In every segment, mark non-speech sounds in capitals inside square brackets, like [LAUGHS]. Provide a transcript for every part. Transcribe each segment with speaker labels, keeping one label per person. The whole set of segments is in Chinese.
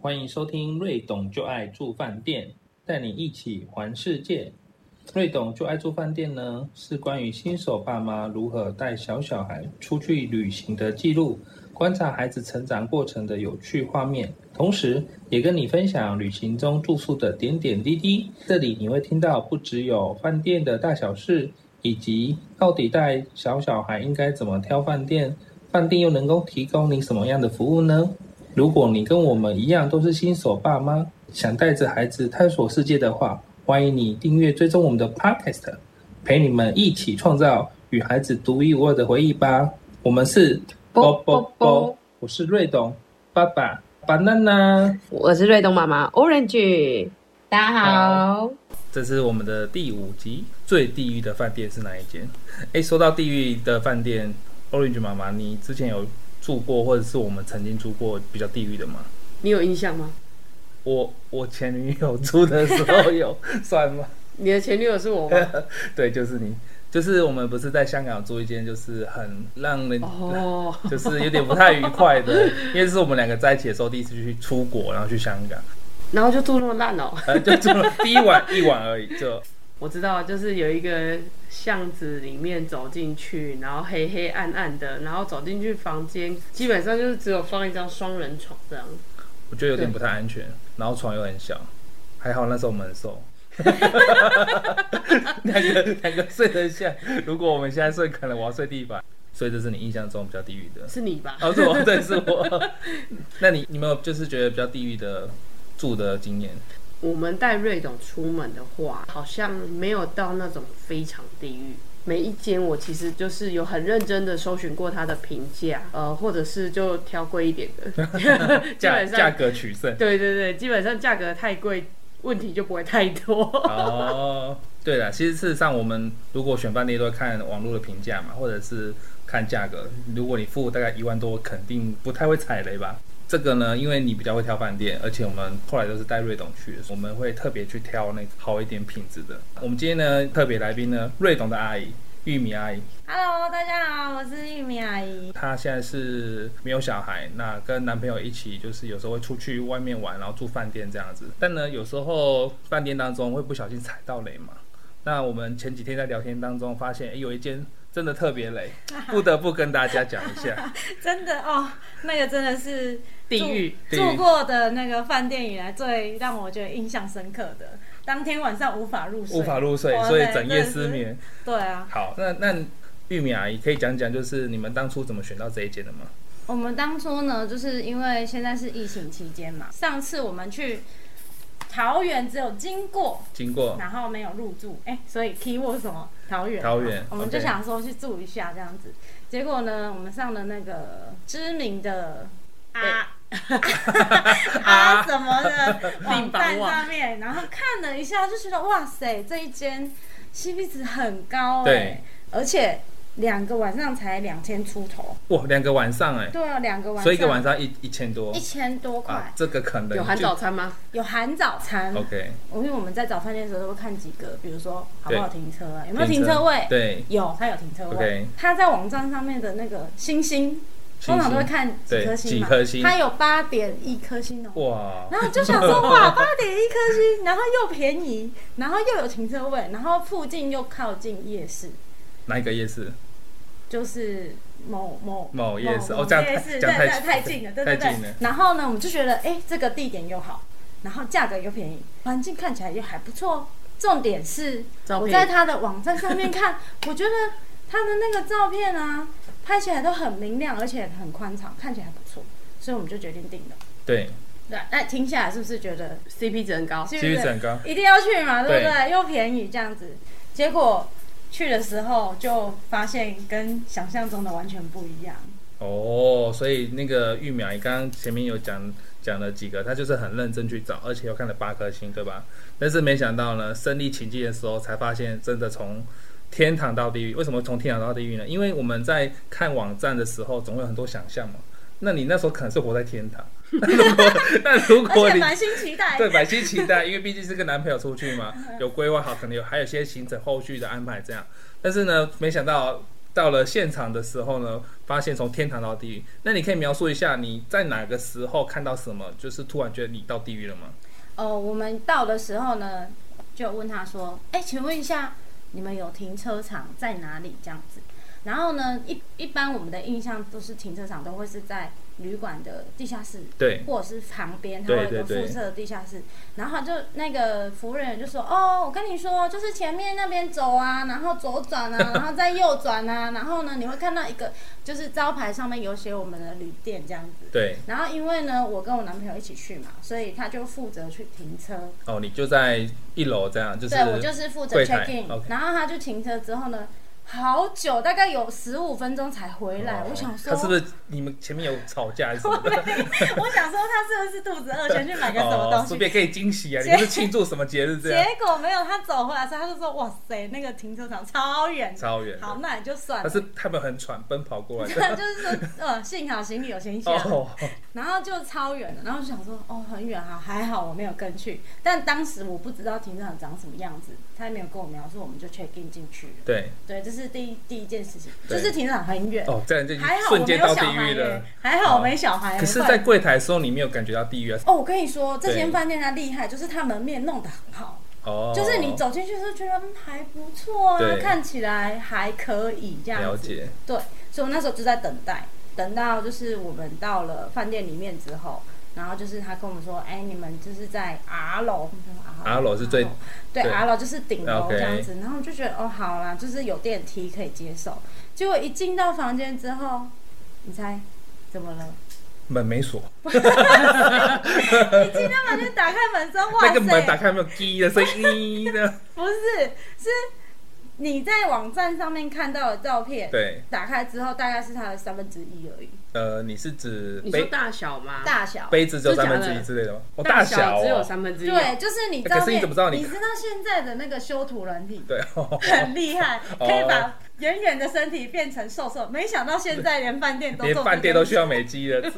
Speaker 1: 欢迎收听《瑞董就爱住饭店》，带你一起环世界。瑞董就爱住饭店呢，是关于新手爸妈如何带小小孩出去旅行的记录，观察孩子成长过程的有趣画面，同时也跟你分享旅行中住宿的点点滴滴。这里你会听到不只有饭店的大小事，以及到底带小小孩应该怎么挑饭店，饭店又能够提供你什么样的服务呢？如果你跟我们一样都是新手爸妈，想带着孩子探索世界的话，欢迎你订阅追踪我们的 Podcast，陪你们一起创造与孩子独一无二的回忆吧。我们是
Speaker 2: 啵
Speaker 1: 啵
Speaker 2: 啵啵，
Speaker 1: 我是瑞董爸爸 banana，
Speaker 2: 我是瑞东妈妈 Orange，大家好。
Speaker 1: 这是我们的第五集，最地狱的饭店是哪一间？诶，说到地狱的饭店，Orange 妈妈，你之前有住过，或者是我们曾经住过比较地狱的吗？
Speaker 2: 你有印象吗？
Speaker 1: 我我前女友住的时候有 [LAUGHS] 算吗？
Speaker 2: 你的前女友是我吗？
Speaker 1: 对，就是你，就是我们不是在香港住一间，就是很让人、
Speaker 2: 哦，
Speaker 1: 就是有点不太愉快的，因为是我们两个在一起的时候第一次去出国，然后去香港，
Speaker 2: 然后就住那么烂哦。
Speaker 1: 呃，就住了第一晚一晚而已，就
Speaker 2: 我知道，就是有一个巷子里面走进去，然后黑黑暗暗的，然后走进去房间，基本上就是只有放一张双人床这样。
Speaker 1: 我觉得有点不太安全，然后床又很小，还好那时候我们很瘦。 [LAUGHS] 两个两个睡得下，如果我们现在睡，可能我要睡地板，所以这是你印象中比较地狱的。
Speaker 2: 是你吧？
Speaker 1: [LAUGHS] 哦，是我，对，是我。那你你们有就是觉得比较地狱的住的经验？
Speaker 2: 我们带瑞董出门的话，好像没有到那种非常地狱。每一间我其实就是有很认真的搜寻过它的评价，呃，或者是就挑贵一点的，基
Speaker 1: 价
Speaker 2: 本
Speaker 1: 价
Speaker 2: 上
Speaker 1: 格取胜。
Speaker 2: 对对对，基本上价格太贵，问题就不会太多。
Speaker 1: 哦，对了，其实事实上我们如果选饭店都会看网络的评价嘛，或者是看价格。如果你付大概一万多，肯定不太会踩雷吧。这个呢，因为你比较会挑饭店，而且我们后来都是带瑞董去的，我们会特别去挑那个好一点品质的。我们今天呢，特别来宾呢，瑞董的阿姨，玉米阿姨，
Speaker 3: Hello，大家好，我是玉米阿姨。
Speaker 1: 她现在是没有小孩，那跟男朋友一起，就是有时候会出去外面玩，然后住饭店这样子。但呢，有时候饭店当中会不小心踩到雷嘛。那我们前几天在聊天当中发现，诶哎有一间真的特别
Speaker 3: [LAUGHS]
Speaker 1: 雷，不得不跟大家讲一下。
Speaker 3: 真的哦，那个真的是
Speaker 2: 地狱
Speaker 1: 地狱
Speaker 3: 住过的那个饭店以来最让我觉得印象深刻的，当天晚上无法入睡，
Speaker 1: 无法入睡，
Speaker 3: 哇
Speaker 1: 所以
Speaker 3: 那
Speaker 1: 整夜失眠。
Speaker 3: 对啊，
Speaker 1: 好，那那玉米阿姨可以讲讲，就是你们当初怎么选到这一间的吗？
Speaker 3: 我们当初呢，就是因为现在是疫情期间嘛，上次我们去桃园只有经过，
Speaker 1: 经过
Speaker 3: 然后没有入住，哎、所以 key 我什么桃园，
Speaker 1: 桃园
Speaker 3: 我们就
Speaker 1: OK
Speaker 3: 想说去住一下这样子。结果呢，我们上了那个知名的 [LAUGHS] 啊啊什么的网站上面，然后看了一下，就觉得哇塞，这一间 CP 值很高哎、
Speaker 1: 对
Speaker 3: 而且两个晚上才两千出头，
Speaker 1: 哇，两个晚上哎、
Speaker 3: 对啊，两个晚上，
Speaker 1: 所以一个晚上一一千多
Speaker 3: 一千多块，
Speaker 1: 啊，这个可能
Speaker 2: 有含
Speaker 1: 就
Speaker 2: 早餐吗？
Speaker 3: 有含早餐。
Speaker 1: OK，
Speaker 3: 因为我们在找饭店的时候都会看几个，比如说好不好停车啊，有
Speaker 1: 有
Speaker 3: 没有停车位？
Speaker 1: 对，
Speaker 3: 有，它有停车位。
Speaker 1: OK
Speaker 3: 它在网站上面的那个星星，通常都会看几颗
Speaker 1: 对
Speaker 3: 星嘛，
Speaker 1: 几颗星
Speaker 3: 它有八点一颗星哦、
Speaker 1: 哇，
Speaker 3: 然后就想说，哇，
Speaker 1: [LAUGHS]
Speaker 3: 八点一颗星，然后又便宜，然后又有停车位，然后附近又靠近夜市，
Speaker 1: 哪一个夜市？
Speaker 3: 就是某某
Speaker 1: 某夜市
Speaker 3: 某
Speaker 1: 哦这样
Speaker 3: 某
Speaker 1: 太
Speaker 3: 夜市，对
Speaker 1: 这样太
Speaker 3: 对，太近了，对
Speaker 1: 太
Speaker 3: 对
Speaker 1: 近了
Speaker 3: 对。然后呢，我们就觉得，哎，这个地点又好，然后价格又便宜，环境看起来又还不错。哦重点是，
Speaker 2: 照
Speaker 3: 我
Speaker 2: 片
Speaker 3: 在他的网站上面看，我觉得他的那个照片啊，拍起来都很明亮，而且很宽敞，看起来还不错，所以我们就决定定了。
Speaker 1: 对，
Speaker 3: 对，哎，听下来是不是觉得
Speaker 2: CP 值很高，
Speaker 3: 是不
Speaker 1: 几率很高。
Speaker 3: 一定要去嘛，对不对？
Speaker 1: 对
Speaker 3: 又便宜这样子，结果去的时候就发现跟想象中的完全不一样。
Speaker 1: 哦，所以那个玉苗，你刚刚前面有讲讲了几个，他就是很认真去找，而且又看了八颗星，对吧？但是没想到呢，身临其境的时候才发现，真的从天堂到地狱。为什么从天堂到地狱呢？因为我们在看网站的时候，总会有很多想象嘛。那你那时候可能是活在天堂， [LAUGHS] 那如果那如果
Speaker 3: 而且
Speaker 1: 你
Speaker 3: 满心期
Speaker 1: [LAUGHS]
Speaker 3: 待。
Speaker 1: 对，满心期待，因为毕竟是跟男朋友出去嘛，有规划好，可能有还有些行程后续的安排这样。但是呢，没想到到了现场的时候呢，发现从天堂到地狱。那你可以描述一下你在哪个时候看到什么，就是突然觉得你到地狱了吗？
Speaker 3: 哦，我们到的时候呢，就问他说：“哎，请问一下，你们有停车场在哪里？”这样子。然后呢，一一般我们的印象都是停车场都会是在旅馆的地下室，
Speaker 1: 对，
Speaker 3: 或者是旁边，它
Speaker 1: 对
Speaker 3: 会有一个
Speaker 1: 对对
Speaker 3: 附设的地下室。然后他就那个服务人员就说：“哦，我跟你说，就是前面那边走啊，然后左转啊，然后再右转啊，然后呢，你会看到一个就是招牌上面有写我们的旅店这样子。
Speaker 1: 对，
Speaker 3: 然后因为呢，我跟我男朋友一起去嘛，所以他就负责去停车，
Speaker 1: 哦，你就在一楼这样，就是
Speaker 3: 对我就是负责
Speaker 1: 柜台
Speaker 3: check in，、
Speaker 1: ，OK
Speaker 3: 然后他就停车之后呢，好久，大概有十五分钟才回来。
Speaker 1: 哦
Speaker 3: 我想说，
Speaker 1: 他是不是你们前面有吵架还是什么的？
Speaker 3: [LAUGHS] 我想说他是不是肚子饿，先去买个什么
Speaker 1: 哦，
Speaker 3: 东
Speaker 1: 顺
Speaker 3: 西？
Speaker 1: 便可以惊喜啊！你
Speaker 3: 结
Speaker 1: 们是庆祝什么节日这样？
Speaker 3: 结果没有，他走回来的时候，他就说：“哇塞，那个停车场超远。”
Speaker 1: 超远的，
Speaker 3: 好，那也就算
Speaker 1: 但
Speaker 3: 了。
Speaker 1: 是他们很喘，奔跑过来的。
Speaker 3: 他 [LAUGHS] 就是说，呃，幸好行李有先下，
Speaker 1: 哦，
Speaker 3: 然后就超远了，然后就想说，哦，很远哈，还好我没有跟去。但当时我不知道停车场长什么样子，他也没有跟我描述，我们就 check in 进去了。
Speaker 1: 对，
Speaker 3: 对，这是第一第一件事情，就
Speaker 1: 对
Speaker 3: 是停车场很远，
Speaker 1: 哦，这样就
Speaker 3: 还好我
Speaker 1: 瞬
Speaker 3: 没
Speaker 1: 间到
Speaker 3: 有小
Speaker 1: 地
Speaker 3: 孩
Speaker 1: 狱了
Speaker 3: 耶。，还好我没小孩耶。
Speaker 1: 可是，
Speaker 3: 不
Speaker 1: 在
Speaker 3: 然
Speaker 1: 柜台的时候，你没有感觉到地狱啊？
Speaker 3: 哦，我跟你说，这
Speaker 1: 对
Speaker 3: 间饭店它厉害，就是它门面弄得很好，
Speaker 1: 哦，
Speaker 3: 就是你走进去的时候觉得嗯还不错啊
Speaker 1: 对，
Speaker 3: 看起来还可以这样子。
Speaker 1: 了解，
Speaker 3: 对，所以我那时候就在等待，等到就是我们到了饭店里面之后，然后就是他跟我们说，哎、你们就是在 R 楼，
Speaker 1: R 楼是最
Speaker 3: 对
Speaker 1: 对
Speaker 3: R 楼就是顶楼
Speaker 1: OK
Speaker 3: 这样子，然后我就觉得哦好啦，就是有电梯可以接受。结果一进到房间之后，你猜怎么了？
Speaker 1: 门没锁，
Speaker 3: 一进到房间打开门之后，哇
Speaker 1: [LAUGHS]
Speaker 3: 塞，
Speaker 1: 那个门打开没有滴的声音
Speaker 3: [LAUGHS]
Speaker 1: 呢？
Speaker 3: 不是是你在网站上面看到的照片，
Speaker 1: 对，
Speaker 3: 打开之后大概是它的三分之一而已，
Speaker 1: 呃，你是指
Speaker 2: 你说
Speaker 1: 杯
Speaker 2: 大小吗？
Speaker 3: 大小。
Speaker 1: 杯子只有三分之
Speaker 2: 真假
Speaker 1: 一
Speaker 2: 的
Speaker 1: 之类的吗？哦，
Speaker 2: 大
Speaker 1: 小
Speaker 2: 只有
Speaker 1: 哦，
Speaker 2: 三分之一。
Speaker 3: 对，就是你
Speaker 1: 可
Speaker 3: 照
Speaker 1: 是你
Speaker 3: 片，
Speaker 1: 怎么知道你
Speaker 3: 你知道现在的那个修图软体
Speaker 1: 对，
Speaker 3: [LAUGHS]
Speaker 1: 哦
Speaker 3: 很厉害，
Speaker 1: 哦
Speaker 3: 可以把圆圆的身体变成瘦瘦。没想到现在连饭店都
Speaker 1: 连
Speaker 3: 做
Speaker 1: 饭
Speaker 3: 这
Speaker 1: 店
Speaker 3: 件
Speaker 1: 都
Speaker 3: 事
Speaker 1: 需要美肌
Speaker 3: [LAUGHS]
Speaker 1: 了。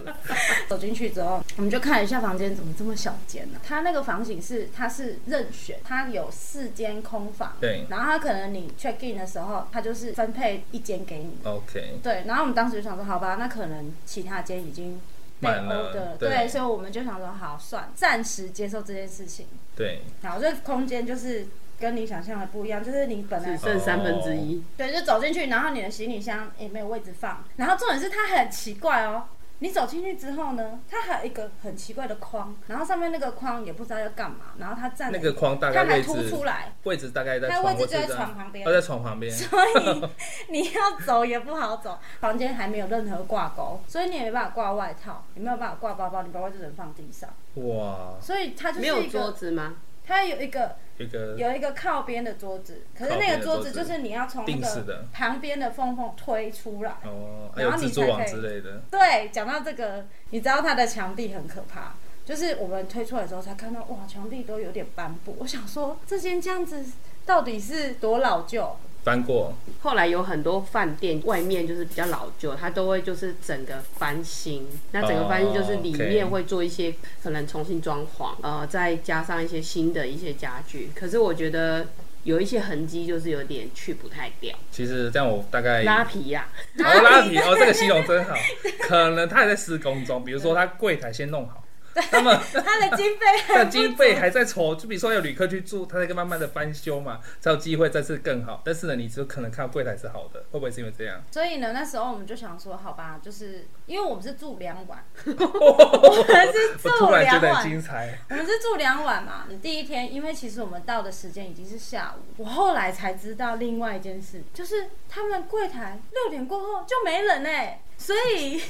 Speaker 3: 走进去之后，我们就看了一下房间，怎么这么小间呢、它那个房型是它是任选，它有四间空房，
Speaker 1: 对
Speaker 3: 然后它可能你 check in 的时候，它就是分配一间给你。
Speaker 1: OK，
Speaker 3: 对，然后我们当时就想说，好吧，那可能其他间已经被
Speaker 1: 满
Speaker 3: order
Speaker 1: 了
Speaker 3: 了，
Speaker 1: 对
Speaker 3: 对，所以我们就想说，好，算，暂时接受这件事情。
Speaker 1: 对，
Speaker 3: 好，这空间就是跟你想象的不一样，就是你本来
Speaker 2: 只剩三分之一。
Speaker 3: 对，就走进去，然后你的行李箱也没有位置放，然后重点是它很奇怪哦。你走进去之后呢，它还有一个很奇怪的框，然后上面那个框也不知道要干嘛，然后它站了
Speaker 1: 那个框大概
Speaker 3: 它还
Speaker 1: 位置
Speaker 3: 凸出
Speaker 1: [LAUGHS]
Speaker 3: 来，
Speaker 1: 位置大概在
Speaker 3: 它
Speaker 1: 床
Speaker 3: 位置
Speaker 1: 或
Speaker 3: 就在
Speaker 1: 是
Speaker 3: 床旁边
Speaker 1: 哦，在床旁边。
Speaker 3: 所以
Speaker 1: [LAUGHS]
Speaker 3: 你要走也不好走，房间还没有任何挂钩，所以你也没办法挂外套，也没有办法挂包包，你包包就只能放地上，
Speaker 1: 哇，
Speaker 3: 所以它就是
Speaker 2: 没有
Speaker 3: 一
Speaker 2: 桌
Speaker 3: 个，
Speaker 2: 子吗？
Speaker 3: 它有一个
Speaker 1: 一个
Speaker 3: 有一个靠边的桌子，可是
Speaker 1: 靠
Speaker 3: 那
Speaker 1: 边
Speaker 3: 个
Speaker 1: 的
Speaker 3: 桌
Speaker 1: 桌
Speaker 3: 子
Speaker 1: 子
Speaker 3: 就是你要从那
Speaker 1: 定式
Speaker 3: 个
Speaker 1: 的
Speaker 3: 旁边的缝缝推出来。
Speaker 1: 哦，还
Speaker 3: 然
Speaker 1: 有
Speaker 3: 后你
Speaker 1: 蜘蛛
Speaker 3: 才
Speaker 1: 网
Speaker 3: 可以
Speaker 1: 之类的。
Speaker 3: 对，讲到这个，你知道它的墙壁很可怕，就是我们推出来之后才看到，哇，墙壁都有点斑驳。 [LAUGHS] 我想说，这间这样子到底是多老旧？
Speaker 1: 翻过，
Speaker 2: 后来有很多饭店外面就是比较老旧，它都会就是整个翻新。那整个翻新就是里面
Speaker 1: 哦，OK
Speaker 2: 会做一些可能重新装潢，呃，再加上一些新的一些家具。可是我觉得有一些痕迹就是有点去不太掉，
Speaker 1: 其实这样我大概
Speaker 2: 拉皮啊呀、
Speaker 1: 哦，拉皮哦，这个形容真好。可能他还在施工中，比如说他柜台先弄
Speaker 2: [LAUGHS]
Speaker 1: 好，那么
Speaker 3: [LAUGHS] 它的经费
Speaker 1: 但经费还在筹，就比如说有旅客去住，他在慢慢的翻修嘛，才有机会再次更好。但是呢，你只有可能看到柜台是好的，会不会是因为这
Speaker 2: [LAUGHS]
Speaker 1: 样？
Speaker 3: 所以呢，那时候我们就想说，好吧，就是因为我们是住两晚，我们是
Speaker 1: 哦我
Speaker 3: 住
Speaker 1: 突然觉
Speaker 3: 两
Speaker 1: 得很
Speaker 3: 晚
Speaker 1: 精，彩，
Speaker 3: 我们是住两晚嘛。第一天，因为其实我们到的时间已经是下午，我后来才知道另外一件事，就是他们柜台六点过后就没人哎、所
Speaker 1: [LAUGHS]
Speaker 3: 以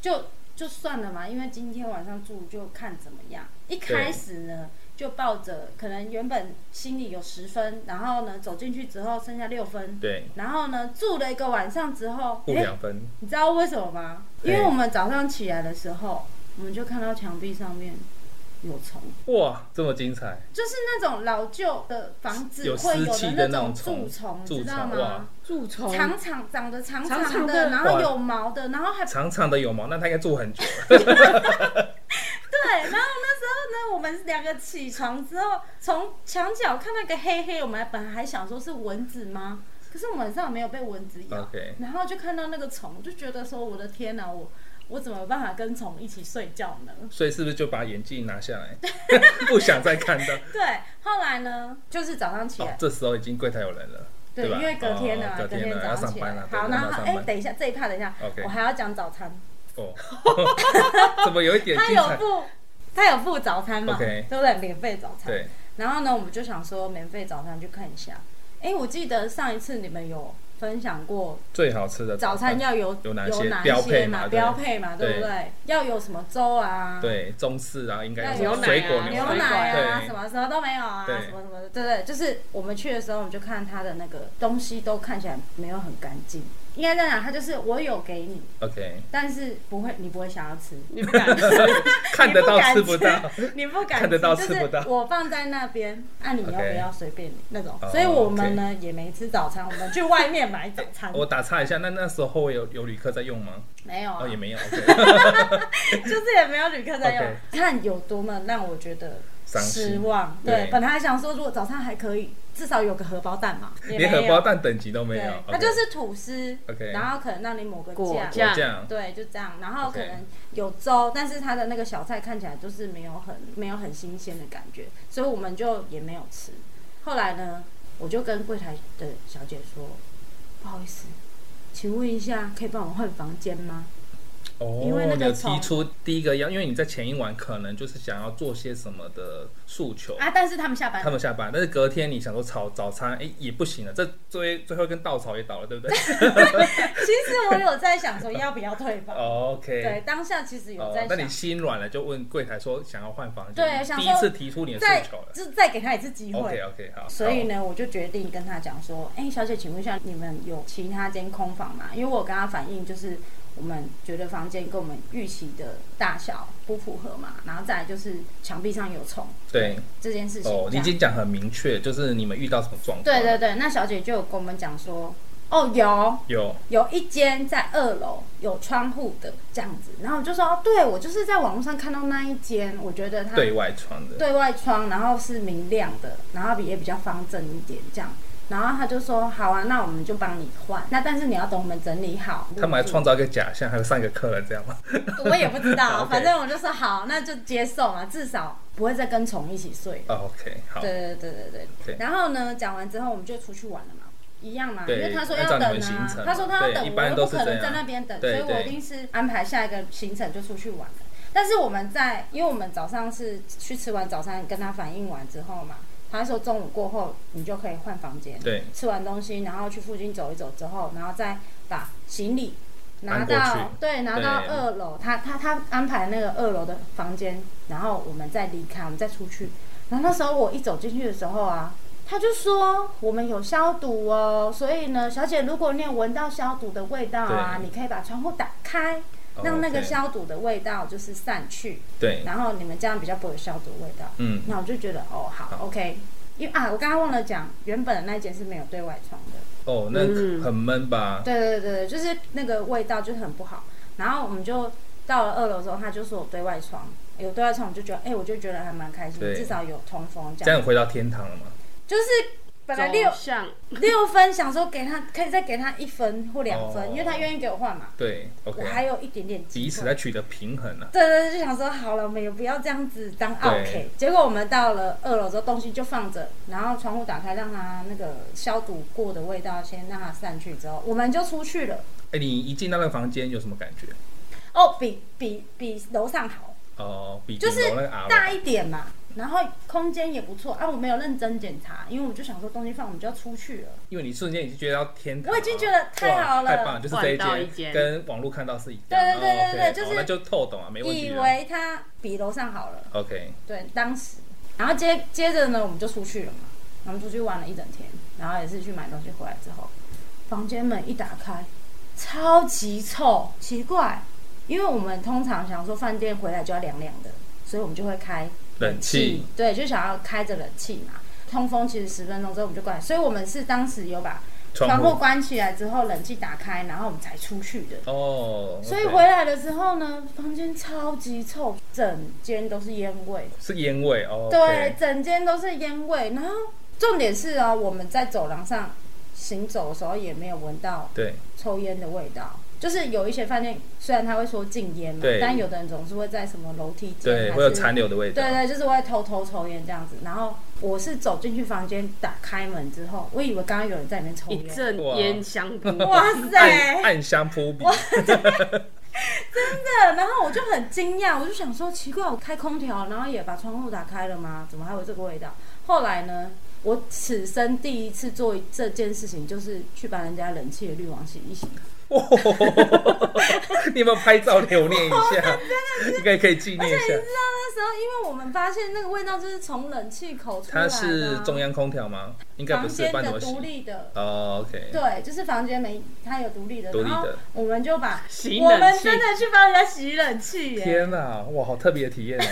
Speaker 3: 就就算了嘛，因为今天晚上住就看怎么样。一开始呢。就抱着可能原本心里有十分，然后呢走进去之后剩下六分，
Speaker 1: 对，
Speaker 3: 然后呢，住了一个晚上之后，
Speaker 1: 负
Speaker 3: 诶
Speaker 1: 两分。
Speaker 3: 你知道为什么吗？因
Speaker 1: 对
Speaker 3: 为我们早上起来的时候，我们就看到墙壁上面有虫，
Speaker 1: 哇，这么精彩，
Speaker 3: 就是那种老旧的房子
Speaker 1: 有
Speaker 3: 会
Speaker 1: 湿
Speaker 3: 有
Speaker 1: 气的
Speaker 3: 那
Speaker 1: 种
Speaker 3: 种蛀
Speaker 1: 虫，
Speaker 3: 知
Speaker 1: 蛀
Speaker 3: 道
Speaker 1: 虫哇
Speaker 3: 吗？，
Speaker 2: 蛀虫
Speaker 3: 长长长得长
Speaker 2: 长
Speaker 3: 长
Speaker 2: 长
Speaker 3: 的，
Speaker 2: 的
Speaker 3: 然后
Speaker 1: 哇
Speaker 3: 有毛的，然后还
Speaker 1: 长长的有毛，那他应该住很
Speaker 2: [LAUGHS]
Speaker 1: 久。
Speaker 3: 对，然后那时候呢，我们两个起床之后，从墙角看那个黑黑，我们本来还想说是蚊子吗？可是我晚上没有被蚊子咬
Speaker 1: OK
Speaker 3: 然后就看到那个虫，就觉得说我的天哪，我我怎么有办法跟虫一起睡觉呢？
Speaker 1: 所以是不是就把眼镜拿下来， [LAUGHS] 不想再看
Speaker 2: [LAUGHS]
Speaker 1: 到？
Speaker 3: 对，后来呢，就是早上起来
Speaker 1: 哦，，这时候已经柜台有人了，
Speaker 3: 对，
Speaker 1: 吧？
Speaker 3: 因为隔天呢、
Speaker 1: 哦隔
Speaker 3: 隔天
Speaker 1: 天
Speaker 3: 早
Speaker 1: 了
Speaker 3: 上
Speaker 1: 上
Speaker 3: 起
Speaker 1: 班
Speaker 3: 来，
Speaker 1: 了，
Speaker 3: 好，
Speaker 1: 对
Speaker 3: 然
Speaker 1: 要
Speaker 3: 后
Speaker 1: 上
Speaker 3: 哎、
Speaker 1: 班
Speaker 3: 等一下，这一趴等一下
Speaker 1: OK
Speaker 3: 我还要讲早餐，
Speaker 1: 哦， [LAUGHS] 怎么有一点
Speaker 3: 他
Speaker 1: 精
Speaker 3: 有
Speaker 1: 彩？
Speaker 3: 附他有附早餐嘛
Speaker 1: OK
Speaker 3: 对不对？免费早餐，
Speaker 1: 对，
Speaker 3: 然后呢，我们就想说免费早餐去看一下。哎，我记得上一次你们有分享过
Speaker 1: 最好吃的
Speaker 3: 早餐要有
Speaker 1: 呃有哪
Speaker 3: 有
Speaker 1: 些
Speaker 3: 哪
Speaker 1: 标
Speaker 3: 一
Speaker 1: 配
Speaker 3: 些
Speaker 1: 嘛
Speaker 3: 嘛，
Speaker 1: 对
Speaker 3: 标配嘛，对不
Speaker 1: 对
Speaker 3: 对？要有什么粥啊，
Speaker 1: 对中式啊，应该
Speaker 3: 要
Speaker 1: 有
Speaker 3: 有
Speaker 1: 什么水果
Speaker 2: 牛
Speaker 3: 牛
Speaker 1: 奶
Speaker 3: 奶啊，
Speaker 1: 对
Speaker 3: 什么什么都没有啊，
Speaker 1: 对
Speaker 3: 什么什么的，对对，就是我们去的时候，我们就看他的那个东西都看起来没有很干净，应该这样讲，他就是我有给你，
Speaker 1: OK，
Speaker 3: 但是不会，你不会想
Speaker 1: [LAUGHS]
Speaker 3: 要吃，
Speaker 2: 你不敢吃，
Speaker 1: 看得到吃不到，
Speaker 3: 你不敢
Speaker 1: 看得到
Speaker 3: 就
Speaker 1: 吃不
Speaker 3: 是
Speaker 1: 到
Speaker 3: 我放在那边，那、你要不要随便你那种
Speaker 1: 哦
Speaker 3: 所以我们呢、也没吃早餐，我们去外面买早
Speaker 1: [LAUGHS]
Speaker 3: 餐，
Speaker 1: [LAUGHS] 我打岔一下，那那时候有有旅客在用吗？
Speaker 3: 没有、啊
Speaker 1: 哦，也没有，OK，
Speaker 3: [LAUGHS] 就是也没有旅客在用
Speaker 1: OK
Speaker 3: 看有多么让我觉得
Speaker 1: 伤心
Speaker 3: 失望。
Speaker 1: 对
Speaker 3: 对，本来还想说，如果早餐还可以，至少有个荷包蛋嘛，也
Speaker 1: 连
Speaker 3: 没有
Speaker 1: 荷包蛋等级都没
Speaker 3: 对
Speaker 1: 有，
Speaker 3: 它就是吐司
Speaker 1: 哦 OK
Speaker 3: 然后可能让你抹个
Speaker 2: 果
Speaker 3: 酱，
Speaker 2: 酱
Speaker 1: 这样，
Speaker 3: 对，就这样，然后
Speaker 1: OK
Speaker 3: 可能有粥但是它的那个小菜看起来就是没有很没有很新鲜的感觉，所以我们就也没有吃。后来呢，我就跟柜台的小姐说，不好意思，请问一下，可以帮我换房间吗？
Speaker 1: 哦，
Speaker 3: 因为那个
Speaker 1: 你有提
Speaker 3: 从
Speaker 1: 出第一个要，因为你在前一晚可能就是想要做些什么的诉求，
Speaker 3: 啊，但是他们下班
Speaker 1: 他们下班，但是隔天你想说炒早餐，哎、也不行了，这最最后一根稻草也倒了，对
Speaker 3: [LAUGHS]
Speaker 1: 不对
Speaker 3: 其实我有在想说要不要退
Speaker 1: [LAUGHS]
Speaker 3: 房，对
Speaker 1: 哦？OK，，
Speaker 3: 当下其实有
Speaker 1: 哦
Speaker 3: 在
Speaker 1: 那你
Speaker 3: 想，
Speaker 1: 心软了，就问柜台说想要换房间，
Speaker 3: 对想
Speaker 1: 第
Speaker 3: 说
Speaker 1: 一次提出你的诉
Speaker 3: 再
Speaker 1: 求了。
Speaker 3: 就是再给他一次机
Speaker 1: OK
Speaker 3: 会。
Speaker 1: OK，好。
Speaker 3: 所以呢，我就决定跟他讲说，哎、小姐，请问一下，你们有其他间空房吗？因为我跟他反映，就是我们觉得房间跟我们预期的大小不符合嘛，然后再来就是墙壁上有虫
Speaker 1: 好？对，
Speaker 3: 这件事情。
Speaker 1: 哦，
Speaker 3: 这
Speaker 1: 你已
Speaker 3: 样
Speaker 1: 经讲很明确，就是你们遇到什么状况？
Speaker 3: 对对，对，那小姐就有跟我们讲说，哦，有
Speaker 1: 有
Speaker 3: 有一间在二楼有窗户的这样子，然后我就说，哦对我就是在网络上看到那一间，我觉得它
Speaker 1: 对外窗的，
Speaker 3: 对外窗，然后是明亮的，然后也比较方正一点这样。然后他就说：“好啊，那我们就帮你换。那但是你要等我们整理好。”
Speaker 1: 他们还创，造一个假象，还有上一个客人这样吗？
Speaker 3: 我也不知道，
Speaker 1: OK
Speaker 3: 反正我就说好，那就接受嘛，至少不会再跟虫一起睡。
Speaker 1: 哦 OK，好，
Speaker 3: 对对对对对。
Speaker 1: OK
Speaker 3: 然后呢，讲完之后我们就出去玩了嘛，一样嘛，因
Speaker 1: 对
Speaker 3: 为他说
Speaker 1: 按
Speaker 3: 要
Speaker 1: 照
Speaker 3: 等
Speaker 1: 你们行
Speaker 3: 啊
Speaker 1: 程嘛，
Speaker 3: 他说他要
Speaker 1: 对一
Speaker 3: 等，我
Speaker 1: 般
Speaker 3: 又
Speaker 1: 都
Speaker 3: 不
Speaker 1: 是
Speaker 3: 可
Speaker 1: 这
Speaker 3: 能
Speaker 1: 样
Speaker 3: 在那边等，所
Speaker 1: 对
Speaker 3: 以我一定是安排下一个行程就出去玩了。但是我们在，因为我们早上是去吃完早餐，跟他反映完之后嘛，他说中午过后你就可以换房间，
Speaker 1: 对
Speaker 3: 吃完东西，然后去附近走一走之后，然后再把行李拿
Speaker 1: 搬过
Speaker 3: 到
Speaker 1: 去
Speaker 3: 对拿到
Speaker 1: 对
Speaker 3: 二楼，他他他安排那个二楼的房间，然后我们再离开，我们再出去。然后那时候我一走进去的时候啊，他就说我们有消毒哦，所以呢，小姐如果你有闻到消毒的味道啊，
Speaker 1: 对
Speaker 3: 你可以把窗户打开，
Speaker 1: 哦
Speaker 3: 让那个
Speaker 1: OK
Speaker 3: 消毒的味道就是散去，
Speaker 1: 对，
Speaker 3: 然后你们这样比较不会有消毒味道。
Speaker 1: 嗯，
Speaker 3: 那我就觉得哦好
Speaker 1: 好
Speaker 3: OK，因为啊我刚刚忘了讲，原本的那间是没有对外窗的，
Speaker 1: 哦，那
Speaker 2: 嗯
Speaker 1: 很闷吧？
Speaker 3: 对对对对，就是那个味道就是很不好。然后我们就到了二楼之后，他就说有对外窗，有对外窗，我就觉得哎、我就觉得还蛮开心，
Speaker 1: 对
Speaker 3: 至少有通风这
Speaker 1: 这
Speaker 3: 样。
Speaker 1: 样回到天堂了吗？
Speaker 3: 就是本来六
Speaker 2: 走向
Speaker 3: 六分，想说给他可以再给他一分或两分，
Speaker 1: 哦
Speaker 3: 因为他愿意给我换嘛，
Speaker 1: 对啊
Speaker 3: 我
Speaker 1: ，OK，
Speaker 3: 还有一点点
Speaker 1: 彼
Speaker 3: 机
Speaker 1: 此
Speaker 3: 会
Speaker 1: 在。取得平衡啊。
Speaker 3: 对对对，就想说好了，我们也不要这样子当 OK。结果我们到了二楼之后，东西就放着，然后窗户打开，让它那个消毒过的味道先让它散去，之后我们就出去了。
Speaker 1: 哎，你一进到那个房间有什么感觉？
Speaker 3: 哦，比比比楼上好，
Speaker 1: 哦，比
Speaker 3: 就是
Speaker 1: 顶楼那个 R
Speaker 3: 大一点嘛，然后空间也不错啊。我没有认真检查，因为我就想说东西放我们就要出去了。
Speaker 1: 因为你瞬间已经觉得到天堂了，
Speaker 3: 我已经觉得太好了
Speaker 1: 哇太棒，就是这
Speaker 2: 换到一
Speaker 1: 间
Speaker 2: 间
Speaker 1: 跟网络看到是一样，
Speaker 3: 对对对
Speaker 1: 哦，OK，
Speaker 3: 对对就是
Speaker 1: 哦那就透懂啊，没问题
Speaker 3: 以
Speaker 1: 了。
Speaker 3: 为它比楼上好了，
Speaker 1: OK，
Speaker 3: 对，当时，然后接接着呢，我们就出去了嘛，我们出去玩了一整天，然后也是去买东西回来之后，房间门一打开，超级臭，奇怪，因为我们通常想说饭店回来就要凉凉的，所以我们就会开
Speaker 1: 冷气，
Speaker 3: 对，就想要开着冷气嘛，通风其实十分钟之后我们就关，所以我们是当时有把
Speaker 1: 窗
Speaker 3: 窗户关起来之后，冷气打开，然后我们才出去的。
Speaker 1: 哦，
Speaker 3: 所以
Speaker 1: OK
Speaker 3: 回来的时候呢，房间超级臭，整间都是烟味，
Speaker 1: 是烟味哦，
Speaker 3: 啊对，，整间都是烟味。然后重点是哦，我们在走廊上行走的时候也没有闻到
Speaker 1: 对，
Speaker 3: 抽烟的味道。就是有一些饭店，虽然他会说禁烟嘛
Speaker 1: 对，
Speaker 3: 但有的人总是会在什么楼梯间，
Speaker 1: 对，
Speaker 3: 还
Speaker 1: 会有
Speaker 3: 是
Speaker 1: 残留的味道。
Speaker 3: 对对，就是我会偷偷抽烟这样子。然后我是走进去房间，打开门之后，我以为刚刚有人在里面抽
Speaker 2: 一
Speaker 3: 烟。
Speaker 2: 阵烟香扑面。
Speaker 3: 哇
Speaker 1: [LAUGHS] 暗
Speaker 3: 塞！
Speaker 1: 暗香扑鼻，
Speaker 3: 真的，然后我就很惊讶，我就想说奇怪，我开空调，然后也把窗户打开了吗？怎么还有这个味道？后来呢，我此生第一次做这件事情，就是去把人家冷气的滤网洗一洗。
Speaker 1: 哇！ [LAUGHS] 你有没有拍照留念一
Speaker 3: [LAUGHS]
Speaker 1: 下？应该可以纪念一下。
Speaker 3: 那时候，因为我们发现那个味道就是从冷气口出来的、
Speaker 1: 它
Speaker 3: 啊，
Speaker 1: 是中央空调吗？应该
Speaker 3: 房
Speaker 1: 不是，
Speaker 3: 间
Speaker 1: 不然怎么
Speaker 3: 的
Speaker 1: 洗
Speaker 3: 独？立的
Speaker 1: 哦，OK，
Speaker 3: 对，就是房间没它有独立的，
Speaker 1: 独立的
Speaker 3: 然后我们就把
Speaker 2: 洗
Speaker 3: 我
Speaker 2: 冷
Speaker 3: 们
Speaker 2: 气
Speaker 3: 真的去帮人家洗冷气耶，
Speaker 1: 天哪，哇，好特别的体验哦！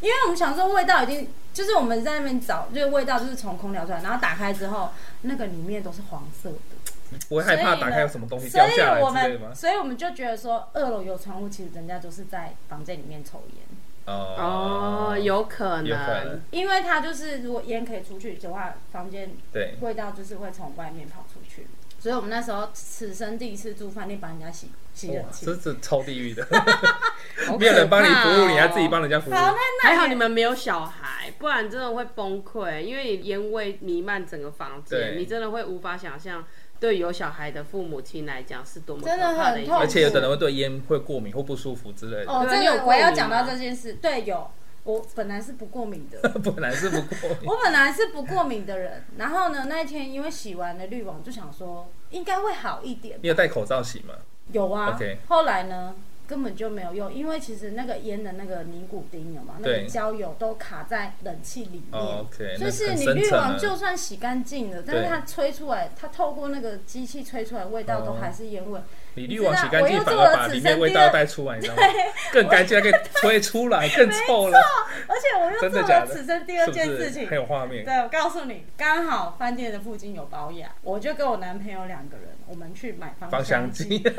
Speaker 3: 因为我们想说味道已经，就是我们在那边找，就是味道就是从空调出来，然后打开之后，那个里面都是黄色的，
Speaker 1: 不会害怕打开有什么东西
Speaker 3: 所
Speaker 1: 掉
Speaker 3: 以
Speaker 1: 下
Speaker 3: 我
Speaker 1: 来之类吗
Speaker 3: 们？所以我们就觉得说二楼有窗户，其实人家就是在房间里面抽烟，
Speaker 2: 哦，有可
Speaker 1: 有可能
Speaker 2: 能，
Speaker 3: 因为它就是如果烟可以出去的话，房间
Speaker 1: 对，
Speaker 3: 味道就是会从外面跑出去，所以我们那时候此生第一次住饭店帮人家洗洗冷
Speaker 1: 哇，
Speaker 3: 气。
Speaker 1: 这是超地
Speaker 3: [LAUGHS]
Speaker 1: 狱的，
Speaker 2: 好可怕哦
Speaker 1: 没有人帮你服务，你还自己。帮人家服务。
Speaker 3: 好，那那
Speaker 2: 还好你们没有小孩，不然真的会崩溃，因为你烟味弥漫整个房
Speaker 1: 对
Speaker 2: 间，你真的会无法想象，对有小孩的父母亲来讲是多么
Speaker 3: 真的
Speaker 2: 可怕
Speaker 3: 很
Speaker 2: 一
Speaker 3: 痛
Speaker 2: 件
Speaker 1: 而
Speaker 2: 事
Speaker 1: 且有的人会对烟会过敏或不舒服之类的，
Speaker 3: 哦，
Speaker 2: 对
Speaker 3: 这
Speaker 2: 你有
Speaker 3: 个
Speaker 2: 过
Speaker 3: 我
Speaker 2: 敏
Speaker 3: 要讲到
Speaker 2: 吗
Speaker 3: 这件事。对，有，我本来是不过敏的，
Speaker 1: [LAUGHS] 本来是不过敏。
Speaker 3: 我本来是不过敏的人。然后呢，那一天因为洗完了滤网，就想说应该会好一点。
Speaker 1: 你有戴口罩洗吗？
Speaker 3: 有啊
Speaker 1: OK
Speaker 3: 后来呢？根本就没有用，因为其实那个烟的那个尼古丁有嘛，那
Speaker 1: 对
Speaker 3: 个焦油都卡在冷气里面，
Speaker 1: 哦，OK，
Speaker 3: 所以是
Speaker 1: 那
Speaker 3: 你
Speaker 1: 很
Speaker 3: 滤
Speaker 1: 深层
Speaker 3: 网
Speaker 1: 了
Speaker 3: 就算洗干净了，但是
Speaker 1: 对
Speaker 3: 它吹出来，它透过那个机器吹出来的味道都
Speaker 1: 哦
Speaker 3: 还是烟味。
Speaker 1: 你滤网洗干净，反而把里面味道带出来，你知道吗？更干净，还可以吹出来，更臭了，
Speaker 3: 而且我又
Speaker 1: 真的
Speaker 3: 做
Speaker 1: 假
Speaker 3: 了
Speaker 1: 的？
Speaker 3: 此生第二件
Speaker 1: 是不是
Speaker 3: 事情，
Speaker 1: 很有画面。
Speaker 3: 对，我告诉你，刚好饭店的附近有保养，我就跟我男朋友两个人，我们去买
Speaker 1: 芳
Speaker 3: 芳
Speaker 1: 香
Speaker 3: 剂，
Speaker 1: 剂， [LAUGHS]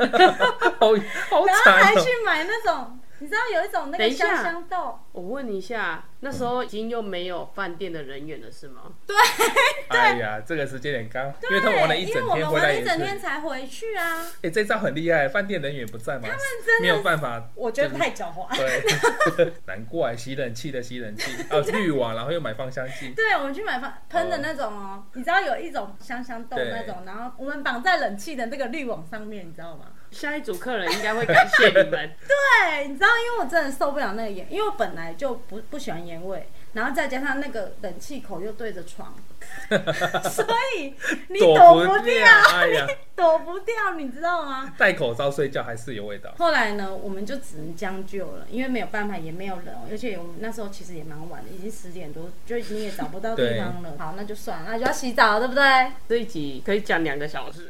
Speaker 1: 好
Speaker 3: [LAUGHS]
Speaker 1: 好
Speaker 3: 然后
Speaker 1: 惨
Speaker 3: 还
Speaker 1: 哦
Speaker 3: 去！买那种，你知道有一种
Speaker 2: 等
Speaker 3: 那个
Speaker 2: 一下
Speaker 3: 香香豆，
Speaker 2: 我问一下，那时候已经又没有饭店的人员了，是吗？
Speaker 1: 哎呀，这个时间点刚，因
Speaker 3: 对，
Speaker 1: 为他们玩了一
Speaker 3: 因为
Speaker 1: 整
Speaker 3: 我
Speaker 1: 天
Speaker 3: 们
Speaker 1: 回来
Speaker 3: 玩了
Speaker 1: 也
Speaker 3: 一
Speaker 1: 是
Speaker 3: 整，天才回去啊，
Speaker 1: 哎，这招很厉害，饭店人员不在吗？没有办法，
Speaker 3: [LAUGHS] 我觉得太狡猾。
Speaker 1: 对， [LAUGHS] 难怪洗冷气的洗冷气，哦，滤网，然后又买芳香剂，
Speaker 3: [LAUGHS] 对，我们去买放喷的那种哦，你知道有一种香香豆
Speaker 1: 对
Speaker 3: 那种，然后我们绑在冷气的那个滤网上面，你知道吗？
Speaker 2: 下一组客人应该会感谢你们。
Speaker 3: 对，你知道，因为我真的受不了那个烟，因为我本来就不不喜欢烟味，然后再加上那个冷气口又对着
Speaker 1: [LAUGHS]
Speaker 3: 床，所以你躲
Speaker 1: 躲
Speaker 3: 不
Speaker 1: 掉
Speaker 3: 掉，，
Speaker 1: 哎呀，
Speaker 3: 躲不掉，你知道吗？
Speaker 1: 戴口罩睡觉还是有味道。
Speaker 3: 后来呢，我们就只能将就了，因为没有办法，也没有人哦，而且我们那时候其实也蛮晚的，已经十点多，就你也找不到地方了。好，那就算了，那就要洗澡了，对不对？
Speaker 2: 这一集可以讲两个小时，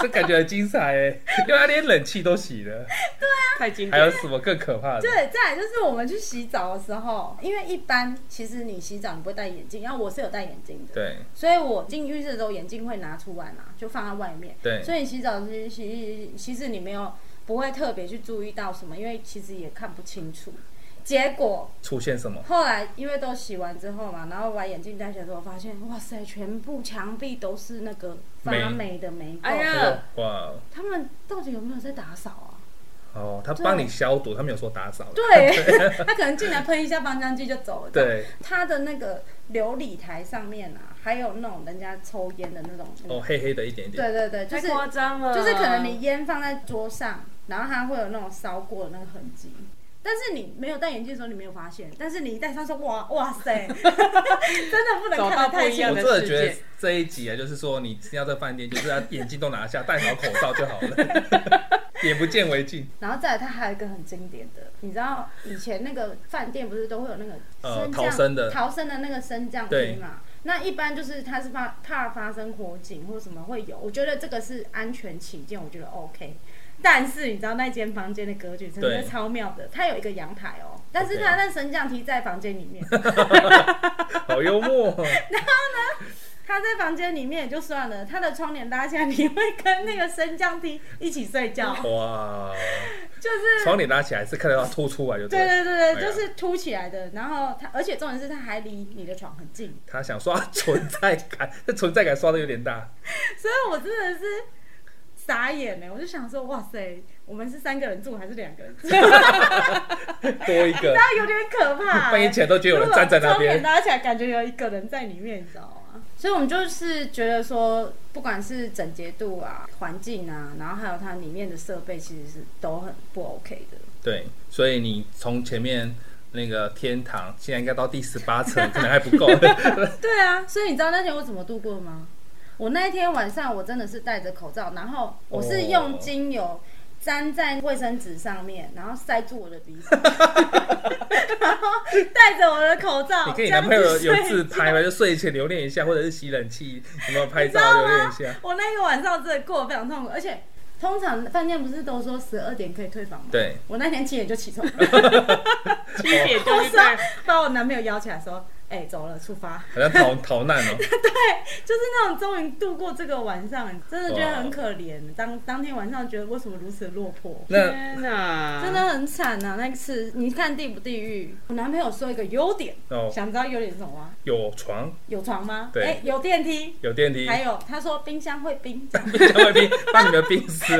Speaker 1: 这感觉很精彩哎，因为他连冷气都洗了，
Speaker 2: 太经
Speaker 1: 还
Speaker 2: 典
Speaker 1: 有
Speaker 2: 了。
Speaker 1: 什么更可怕的？
Speaker 3: 对，再来就是我们去洗澡的时候，因为一般其实你洗澡你不会戴眼镜，然后我是有戴眼镜的，
Speaker 1: 对
Speaker 3: 所以我进浴室的时候眼镜会拿出来嘛，就放在外面。
Speaker 1: 对
Speaker 3: 所以你洗澡其实其实你没有不会特别去注意到什么，因为其实也看不清楚。结果
Speaker 1: 出现什么？
Speaker 3: 后来因为都洗完之后嘛，然后我把眼镜戴起来之后，发现哇塞，全部墙壁都是那个发霉的霉垢。
Speaker 2: 哎呀
Speaker 1: 哇
Speaker 3: 他们到底有没有在打扫
Speaker 2: [LAUGHS]
Speaker 3: 啊？
Speaker 1: 哦，他帮你消毒，他没有说打扫。
Speaker 3: 对，他可能进来喷一下芳香剂就走了。这样
Speaker 1: 对，
Speaker 3: 他的那个琉璃台上面啊，还有那种人家抽烟的那种，
Speaker 1: 哦，黑黑的一点点。
Speaker 3: 对对对，就
Speaker 2: 太
Speaker 3: 是
Speaker 2: 夸张了，
Speaker 3: 就是可能你烟放在桌上，然后它会有那种烧过的那个痕迹。但是你没有戴眼镜的时候，你没有发现。但是你一戴上说，哇哇塞， [LAUGHS] 真的不能
Speaker 2: 找
Speaker 3: 看
Speaker 2: 到
Speaker 3: 得
Speaker 2: 不
Speaker 3: 太
Speaker 2: 一
Speaker 3: 清
Speaker 2: 样
Speaker 1: 我
Speaker 3: 楚。
Speaker 1: 真的觉得这一集啊，就是说你要在饭店，就是要眼镜都拿下，戴好口罩就好了，眼不见为净。
Speaker 3: 然后再来，它还有一个很经典的，你知道以前那个饭店不是都会有那个
Speaker 1: 呃
Speaker 3: 升降、
Speaker 1: 逃生的
Speaker 3: 逃生的那个升降
Speaker 1: 对
Speaker 3: 梯嘛？那一般就是它是怕怕发生火警或什么会有，我觉得这个是安全起见，我觉得 OK。但是你知道那间房间的格局真的
Speaker 1: 对
Speaker 3: 是超妙的，它有一个阳台哦，但是
Speaker 1: OK
Speaker 3: 它那升降梯在房间里面，
Speaker 1: [LAUGHS] 好幽默哦，
Speaker 3: 它在房间里面也就算
Speaker 1: [LAUGHS]
Speaker 3: 了，它的窗帘拉下来，你会跟那个升降梯一起睡觉。
Speaker 1: 哦哇，
Speaker 3: 就是
Speaker 1: 从你拉起来是看得到凸出来就
Speaker 3: 对
Speaker 1: 了。
Speaker 3: 对对
Speaker 1: 哎呀
Speaker 3: 对，啊就是凸起来的。然后它，而且重点是它还离你的床很近，
Speaker 1: 他想刷存在感，这存在感刷的有点大。
Speaker 3: [LAUGHS] 所以我真的是傻眼欸呢。我就想说，哇塞，我们是三个人住还是两 [LAUGHS] 个人住？
Speaker 1: 多一个，
Speaker 3: 那有点可怕、欸。
Speaker 1: 半夜起来都觉得有人站在那
Speaker 3: 如果窗
Speaker 1: 边，
Speaker 3: 帘拉起来，感觉有一个人在里面，你知道吗？所以我们就是觉得说，不管是整洁度啊、环境啊，然后还有它里面的设备，其实是都很不 OK 的。
Speaker 1: 对，所以你从前面那个天堂，现在应该到第十八层，可能还
Speaker 3: [LAUGHS]
Speaker 1: 不够。
Speaker 3: 对啊，所以你知道那天我怎么度过吗？我那一天晚上我真的是戴着口罩，然后我是用精油粘在卫生纸上面，然后塞住我的鼻子，然后戴着我的口罩。
Speaker 1: 你跟你男朋友有
Speaker 3: 这样
Speaker 1: 有
Speaker 3: 子
Speaker 1: 自
Speaker 3: 睡
Speaker 1: 拍吗？就睡前留恋一下，或者是洗冷气有没有拍
Speaker 3: 你知道
Speaker 1: 照
Speaker 3: 吗
Speaker 1: 留恋一下？
Speaker 3: 我那个晚上真的过得非常痛苦，而且通常饭店不是都说十二点可以退房吗？，
Speaker 1: 对，
Speaker 3: 我那天七点就起
Speaker 1: [LAUGHS]
Speaker 3: 床，
Speaker 2: 七点就去看，
Speaker 3: 把我男朋友邀起来说：“哎、走了，出发。
Speaker 1: 好像逃逃难哦、”
Speaker 3: 就是那种终于度过这个晚上，真的觉得很可
Speaker 1: 啊
Speaker 3: 怜。当当天晚上觉得为什么如此落魄，
Speaker 1: 那
Speaker 2: 天哪，
Speaker 3: 真的很惨呐、那次你看地不地狱？我男朋友说一个优点，
Speaker 1: 哦，
Speaker 3: 想知道优点是什么吗？
Speaker 1: 有床，
Speaker 3: 有床吗？
Speaker 1: 对嗯
Speaker 3: 哎、有电梯。
Speaker 1: 有电梯，
Speaker 3: 还有，他说冰箱会
Speaker 1: [LAUGHS]
Speaker 3: 冰，
Speaker 1: 冰箱会冰，把你们冰死。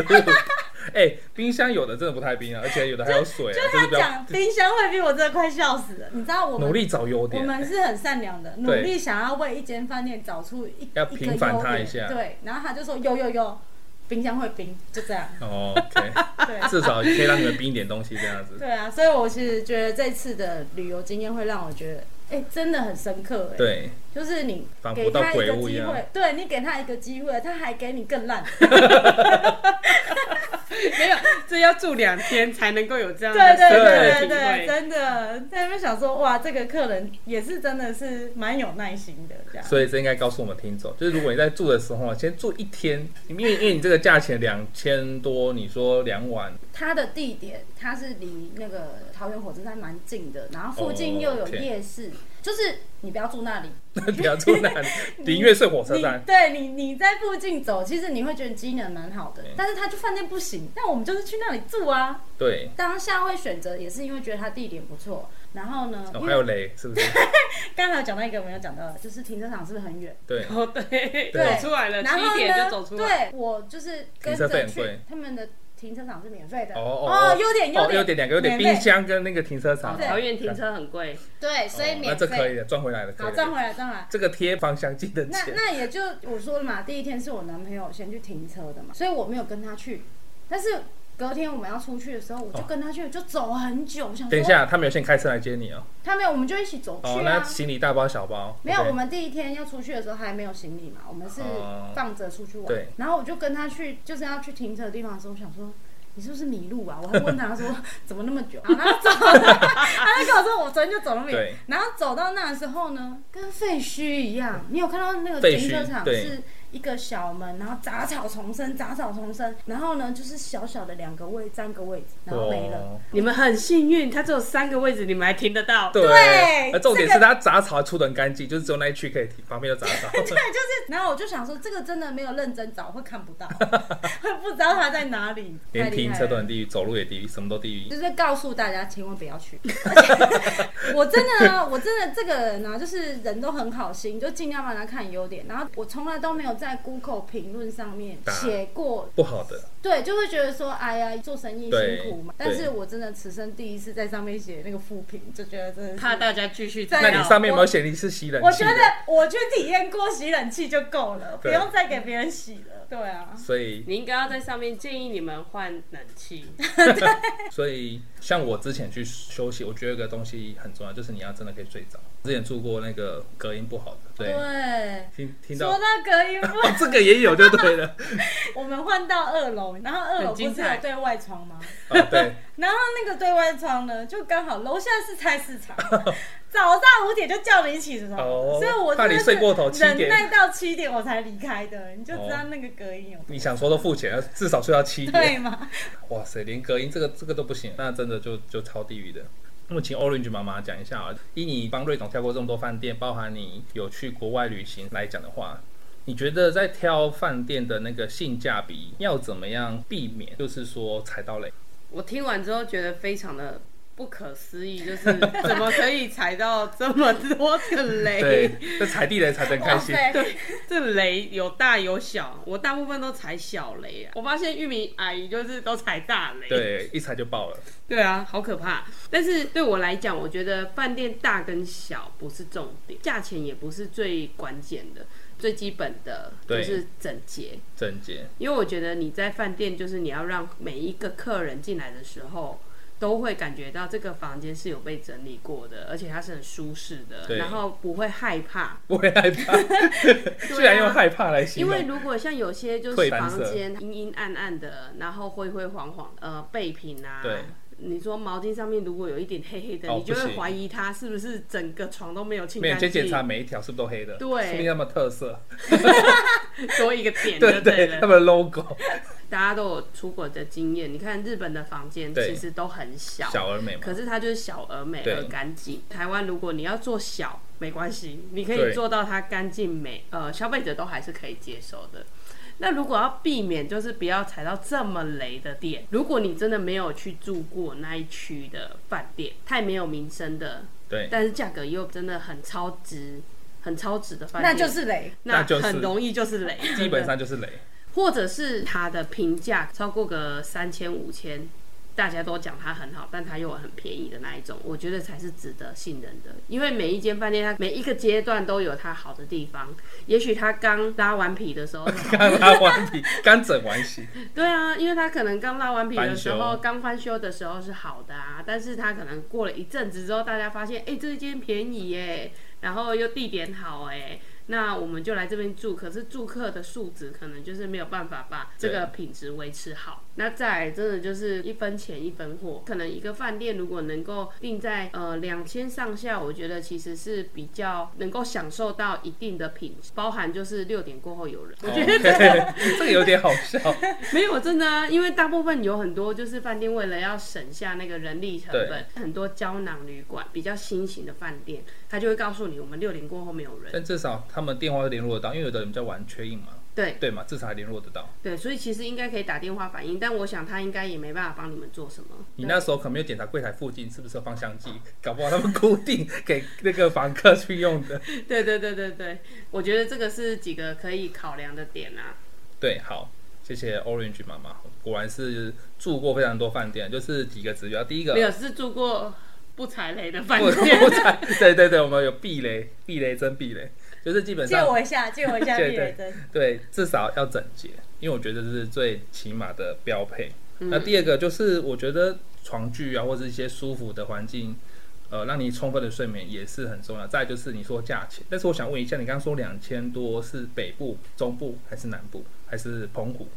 Speaker 1: 哎、冰箱有的真的不太冰啊，而且有的还有水、啊，
Speaker 3: 就是
Speaker 1: 就是
Speaker 3: 他
Speaker 1: 不要
Speaker 3: 讲冰箱会冰，我真的快笑死了。你知道我们
Speaker 1: 努力找优
Speaker 3: 我
Speaker 1: 点。
Speaker 3: 们是很善良的，努
Speaker 1: 对
Speaker 3: 力想要为一间饭店找出一
Speaker 1: 要
Speaker 3: 一个
Speaker 1: 平反他
Speaker 3: 优
Speaker 1: 一
Speaker 3: 点
Speaker 1: 下
Speaker 3: 对，然后他就说有有有，冰箱会冰，就这样。
Speaker 1: 哦，OK，
Speaker 3: [LAUGHS]
Speaker 1: [LAUGHS]
Speaker 3: 对
Speaker 1: 至少可以让你们冰一点东西这样子。
Speaker 3: 对啊，所以我其实觉得这次的旅游经验会让我觉得，哎、真的很深刻、哎，
Speaker 1: 对，
Speaker 3: 就是你
Speaker 1: 仿佛
Speaker 3: 给
Speaker 1: 到
Speaker 3: 他一
Speaker 1: 鬼
Speaker 3: 个
Speaker 1: 屋一
Speaker 3: 机
Speaker 1: 样
Speaker 3: 会，对你给他一个机会，他还给你
Speaker 1: [LAUGHS]
Speaker 3: 更烂。
Speaker 2: [LAUGHS] 没有，这要住两天才能够有这样
Speaker 3: 对
Speaker 2: 的
Speaker 3: 对
Speaker 1: 对
Speaker 3: 对对
Speaker 2: 体会
Speaker 3: 对，真的，在那边想说，哇，这个客人也是真的是蛮有耐心的，这样。
Speaker 1: 所以这应该告诉我们听众，就是如果你在住的时候啊，先住一天，因为因为你这个价钱两千多，你说两晚，
Speaker 3: 它的地点，它是离那个桃园火车站蛮近的，然后附近
Speaker 1: 哦
Speaker 3: 又有
Speaker 1: OK
Speaker 3: 夜市，就是你不要住那里，
Speaker 1: [LAUGHS] 不要住那里，宁愿睡火车
Speaker 3: [LAUGHS] 你
Speaker 1: 站。
Speaker 3: 对你你在附近走，其实你会觉得机能蛮好的
Speaker 1: 对，
Speaker 3: 但是它就饭店不行，但我们就是去那里住啊。
Speaker 1: 对，
Speaker 3: 当下会选择也是因为觉得它地点不错，然后呢，
Speaker 1: 哦，
Speaker 3: 因
Speaker 1: 还有
Speaker 3: 为
Speaker 1: 雷是不
Speaker 3: [LAUGHS]
Speaker 1: 是？
Speaker 3: 刚才有讲到一个没有讲到的，就是停车场是不是很远？
Speaker 1: 对，
Speaker 2: 哦对，
Speaker 1: 对
Speaker 2: 走出来了，
Speaker 3: 然后
Speaker 2: 七点就走出
Speaker 3: 呢，
Speaker 2: 来，
Speaker 3: 对我就是跟
Speaker 1: 停车费
Speaker 3: 着
Speaker 1: 很
Speaker 3: 去
Speaker 1: 贵
Speaker 3: 他们的停车场是免费的
Speaker 1: 哦哦
Speaker 3: 哦，优点
Speaker 1: 哦，优
Speaker 3: 点
Speaker 1: 点两个优点，
Speaker 3: 免费
Speaker 1: 冰箱跟那个停车场。
Speaker 3: 对
Speaker 2: 桃园停车很贵，
Speaker 3: 对，所以
Speaker 1: 哦那
Speaker 3: 免
Speaker 1: 这可
Speaker 3: 费
Speaker 1: 以的，赚回来了，可
Speaker 3: 好
Speaker 1: 以
Speaker 3: 赚
Speaker 1: 的。
Speaker 3: 回来赚回来。
Speaker 1: 这个贴芳香剂的
Speaker 3: 那
Speaker 1: 钱，
Speaker 3: 那也就我说了嘛，第一天是我男朋友先去停车的嘛，所以我没有跟他去。但是隔天我们要出去的时候，我就跟他去，就走很久。我
Speaker 1: 哦
Speaker 3: 想说
Speaker 1: 等一，下他没有先开车来接你哦。
Speaker 3: 他没有，我们就一起走去
Speaker 1: 哦，那
Speaker 3: 啊。
Speaker 1: 行李大包小包
Speaker 3: 没有，
Speaker 1: OK
Speaker 3: 我们第一天要出去的时候还没有行李嘛，我们是
Speaker 1: 哦
Speaker 3: 放着出去玩。
Speaker 1: 对
Speaker 3: 然后我就跟他去，就是要去停车的地方的时候，我想说。你是不是迷路啊？我还问他说 [LAUGHS] 怎么
Speaker 1: [LAUGHS]
Speaker 3: 那么久，然后他走了， [LAUGHS] 他就跟我说我昨天就走那么远
Speaker 1: 对，
Speaker 3: 然后走到那的时候呢，跟废墟一样。你有看到那个
Speaker 1: 废墟
Speaker 3: 停车场
Speaker 1: 对
Speaker 3: 是一个小门，然后杂草丛生，杂草丛生，然后呢就是小小的两个位三个位置，然后没了。
Speaker 1: 哦
Speaker 2: 你们很幸运，它只有三个位置，你们还停得到。
Speaker 1: 对
Speaker 3: 对，
Speaker 1: 而重点
Speaker 3: 这
Speaker 1: 是
Speaker 3: 个
Speaker 1: 它杂草出的很干净，就是只有那一区可以停，旁边的杂
Speaker 3: [LAUGHS]
Speaker 1: 草。
Speaker 3: 对，就是，然后我就想说，这个真的没有认真找，会看
Speaker 1: [LAUGHS]
Speaker 3: 不到，会不知道它在哪里。
Speaker 1: 连
Speaker 3: 太厉
Speaker 1: 停
Speaker 3: 害
Speaker 1: 车都
Speaker 3: 了
Speaker 1: 很地狱，走路也地狱，什么都地
Speaker 3: [LAUGHS]
Speaker 1: 狱。
Speaker 3: 就是告诉大家，千万不
Speaker 1: [LAUGHS]
Speaker 3: 要去。而且我真的啊，我真的这个人啊，就是人都很好心，就尽量帮他看优点。然后我从来都没有在 Google 评论上面
Speaker 1: 打
Speaker 3: 写过，
Speaker 1: 不好的，
Speaker 3: 对，就会觉得说，哎呀，做生意
Speaker 1: 对
Speaker 3: 辛苦嘛。
Speaker 1: 对
Speaker 3: 但是我真的此生第一次在上面写那个负评，就觉得真的是
Speaker 2: 怕大家继续
Speaker 3: 在
Speaker 1: 那
Speaker 2: 踩
Speaker 1: 你
Speaker 2: 到
Speaker 1: 上面有没有写你是洗冷
Speaker 3: 哎我
Speaker 1: 气
Speaker 3: 觉
Speaker 1: 的？
Speaker 3: 得我去体验过洗冷气就够了，不
Speaker 1: 对
Speaker 3: 用再给别人洗了。对啊，
Speaker 1: 所
Speaker 3: [LAUGHS]
Speaker 1: 以，
Speaker 2: 你应该要在上面建议你们换冷气，
Speaker 1: 所以像我之前去休息，我觉得有个东西很重要，就是你要真的可以睡着。之前住过那个隔音不好的，对，
Speaker 3: 对。
Speaker 1: 听听到
Speaker 3: 说到隔音不
Speaker 1: 哦，这个也有就对了。
Speaker 3: [LAUGHS] 我们换到二楼，然后二
Speaker 2: 很
Speaker 3: 楼不
Speaker 2: 精
Speaker 3: 是
Speaker 2: 彩
Speaker 3: 有对外窗吗？
Speaker 1: 啊，对，
Speaker 3: 然后那个对外窗呢，就刚好楼下是菜
Speaker 1: [LAUGHS]
Speaker 3: 市场，早上五点就叫你起床，
Speaker 1: 哦
Speaker 3: 所以我
Speaker 1: 怕
Speaker 3: 真
Speaker 1: 你
Speaker 3: 的
Speaker 1: 睡过头
Speaker 3: 是
Speaker 1: 7点
Speaker 3: 忍耐到七点我才离开的，你就知道那个隔音有多
Speaker 1: 你想说都付钱，至少睡到七点。
Speaker 3: 对吗？
Speaker 1: 哇塞，连隔音这个这个都不行，那真的就就超地狱的。那么请 Orange 妈妈讲一下啊，以你帮瑞总挑过这么多饭店，包含你有去国外旅行来讲的话，你觉得在挑饭店的那个性价比要怎么样避免，就是说踩到雷？
Speaker 2: 我听完之后觉得非常的不可思议，就是 [LAUGHS] 怎么可以踩到这么多的雷
Speaker 1: 对？，这哎踩地雷踩得很开心。[LAUGHS]
Speaker 3: 塞，
Speaker 2: 对，这雷有大有小，我大部分都踩小雷啊。我发现玉米阿姨就是都踩大雷。，
Speaker 1: 对，一踩就爆了。
Speaker 2: 对啊，好可怕。但是对我来讲，我觉得饭店大跟小不是重点，价钱也不是最关键的，最基本的就
Speaker 1: 对
Speaker 2: 是整洁。
Speaker 1: 整洁，
Speaker 2: 因为我觉得你在饭店，就是你要让每一个客人进来的时候，都会感觉到这个房间是有被整理过的，而且它是很舒适的，
Speaker 1: 对
Speaker 2: 然后不会害怕。
Speaker 1: 我也害怕，居然用害怕来形
Speaker 2: 因为
Speaker 1: 容。
Speaker 2: 如果像有些就是
Speaker 1: 退单
Speaker 2: 房
Speaker 1: 色
Speaker 2: 间阴阴暗暗的，然后灰灰黄黄，呃，备品啊，
Speaker 1: 对
Speaker 2: 你说毛巾上面如果有一点黑黑的，
Speaker 1: 哦
Speaker 2: 你就
Speaker 1: 不
Speaker 2: 会
Speaker 1: 行
Speaker 2: 怀疑它是不是整个床都没有清
Speaker 1: 没有
Speaker 2: 干
Speaker 1: 你先检
Speaker 2: 净，
Speaker 1: 查每一条是不是都黑的，
Speaker 2: 对
Speaker 1: 说明他们特色，
Speaker 2: 多一个点就
Speaker 1: [LAUGHS] 对
Speaker 2: 对
Speaker 1: 对，
Speaker 2: 了。
Speaker 1: 他们的 logo
Speaker 2: 大家都有出国的经验，你看日本的房间
Speaker 1: 对
Speaker 2: 其实都很小，
Speaker 1: 小而美嘛
Speaker 2: 可。是它就是小而美
Speaker 1: 对
Speaker 2: 而干净。台湾如果你要做小，没关系，你可以
Speaker 1: 对
Speaker 2: 做到它干净美，呃，消费者都还是可以接受的。那如果要避免，就是不要踩到这么雷的店。如果你真的没有去住过那一区的饭店，太没有名声的，
Speaker 1: 对，
Speaker 2: 但是价格又真的很超值、很超值的饭店，
Speaker 3: 那就是雷。
Speaker 2: 那
Speaker 1: 那就是
Speaker 2: 很容易就是雷，
Speaker 1: 基本上就是雷。
Speaker 2: 或者是它的评价超过个三千五千，大家都讲它很好，但它又很便宜的那一种，我觉得才是值得信任的。因为每一间饭店，它每一个阶段都有它好的地方。也许它刚拉完皮的时候
Speaker 1: [LAUGHS]
Speaker 2: 是好，
Speaker 1: 刚拉完皮，刚整完皮，
Speaker 2: [LAUGHS] 对啊，因为它可能刚拉完皮的时候，
Speaker 1: 翻修
Speaker 2: 刚翻修的时候是好的啊，但是它可能过了一阵子之后，大家发现，哎、这一间便宜耶、然后又地点好哎、那我们就来这边住，可是住客的素质可能就是没有办法把这个品质维持好。那再来真的就是一分钱一分货，可能一个饭店如果能够定在呃两千上下，我觉得其实是比较能够享受到一定的品质，包含就是六点过后有人，我觉得
Speaker 1: 哦 OK，这个 [LAUGHS] 有点好笑。
Speaker 2: 没有，真的啊，因为大部分有很多就是饭店为了要省下那个人力成本，很多胶囊旅馆比较新型的饭店，他就会告诉你我们六点过后没有人。
Speaker 1: 但至少他们电话是联络得到，因为有的人比较晚缺印嘛，
Speaker 2: 对
Speaker 1: 对嘛，至少还联络得到。
Speaker 2: 对，所以其实应该可以打电话反映，但我想他应该也没办法帮你们做什么。
Speaker 1: 你那时候可能没有检查柜台附近是不是有芳香剂，搞不好他们固定给那个房客去用的。
Speaker 2: 对对对对对，我觉得这个是几个可以考量的点啊。
Speaker 1: 对，好，谢谢 Orange 妈妈，果然是住过非常多饭店，就是几个指标，第一个
Speaker 2: 没有是住过不踩雷的饭
Speaker 1: 不
Speaker 2: 店，
Speaker 1: 不踩，对对对，我们有避雷、避雷针、避雷，就是基本
Speaker 3: 借
Speaker 1: 上
Speaker 3: 我一下，借我一下避
Speaker 1: [LAUGHS] 对
Speaker 3: 雷
Speaker 1: 对
Speaker 3: 针。
Speaker 1: 对，至少要整洁，因为我觉得这是最起码的标配。
Speaker 2: 嗯
Speaker 1: 那第二个就是我觉得床具啊，或者一些舒服的环境。呃，让你充分的睡眠也是很重要。再来就是你说价钱，但是我想问一下，你刚刚说两千多是北部、中部 [LAUGHS] 还是南部，还是澎
Speaker 2: [LAUGHS]
Speaker 1: 湖？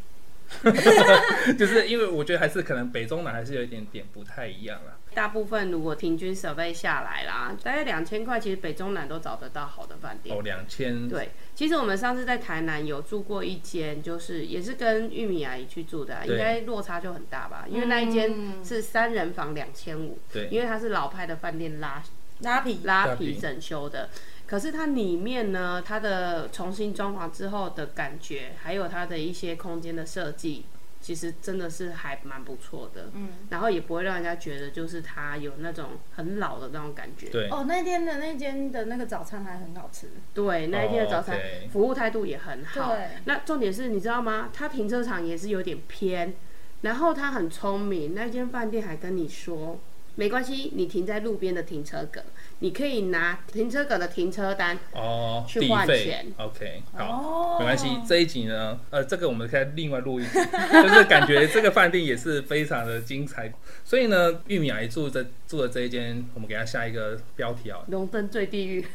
Speaker 1: 就是因为我觉得还是可能北中南还是有一点点不太一样啊啦。
Speaker 2: 大部分如果平均 survey 下来啦，大概两千块，其实北中南都找得到好的饭店
Speaker 1: 哦，。两千
Speaker 2: 对，其实我们上次在台南有住过一间，就是也是跟玉米阿姨去住的啊、
Speaker 1: 对嗯
Speaker 2: 应该落差就很大吧？因为那一间是三人房两千五，
Speaker 1: 对
Speaker 2: 因为它是老派的饭店拉
Speaker 3: 拉皮，
Speaker 2: 拉
Speaker 1: 拉
Speaker 2: 皮
Speaker 1: 皮
Speaker 2: 整修的。可是它里面呢，它的重新装潢之后的感觉，还有它的一些空间的设计，其实真的是还蛮不错的。
Speaker 3: 嗯，
Speaker 2: 然后也不会让人家觉得就是它有那种很老的那种感觉。
Speaker 1: 对，
Speaker 3: 哦，那天的那间的那个早餐还很好吃，
Speaker 2: 对，那一天的早餐、
Speaker 1: 哦，OK
Speaker 2: 服务态度也很好
Speaker 3: 对。
Speaker 2: 那重点是，你知道吗？它停车场也是有点偏，然后它很聪明，那间饭店还跟你说。没关系，你停在路边的停车格，你可以拿停车格的停车单。
Speaker 1: 哦，
Speaker 2: 去
Speaker 1: 地
Speaker 2: 换
Speaker 1: 费
Speaker 2: 钱
Speaker 1: ，OK，
Speaker 3: 哦
Speaker 1: 好，没关系。这一集呢，呃，这个我们可以另外录一集， [LAUGHS] 就是感觉这个饭店也是非常的精彩。所以呢，玉米阿姨住的住的这一间，我们给它下一个标题啊，
Speaker 2: 荣登最地狱，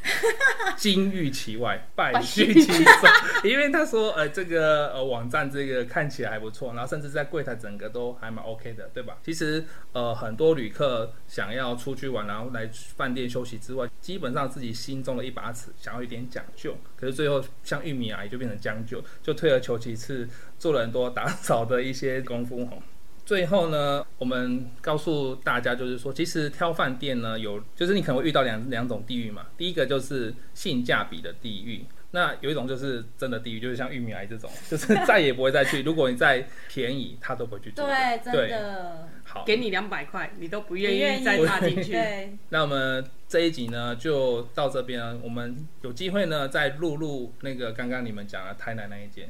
Speaker 1: 金玉其外，败
Speaker 2: 败
Speaker 1: 絮
Speaker 2: 絮
Speaker 1: 其中。因为他说，呃，这个呃网站这个看起来还不错，然后甚至在柜台整个都还蛮 OK 的，对吧？其实呃，很多旅客想要出去玩，然后来饭店休息之外，基本上自己心中的一把尺，想要一点讲究，可是最后像玉米阿姨就变成将就，就退而求其次，做了很多打扫的一些功夫吼。最后呢，我们告诉大家，就是说，其实挑饭店呢，有就是你可能会遇到两两种地域嘛。第一个就是性价比的地域，那有一种就是真的地狱，就是像玉米啊癌这种，就是再也不会再去。如果你再便宜，他都不会去做。
Speaker 3: 对，真的，
Speaker 1: 好，
Speaker 2: 给你两百块，你都不
Speaker 3: 不
Speaker 2: 愿
Speaker 3: 愿
Speaker 2: 意
Speaker 3: 意
Speaker 2: 再踏进去。
Speaker 3: 对，
Speaker 1: 那我们这一集呢就到这边了。我们有机会呢再录录那个刚刚你们讲的台南那一间。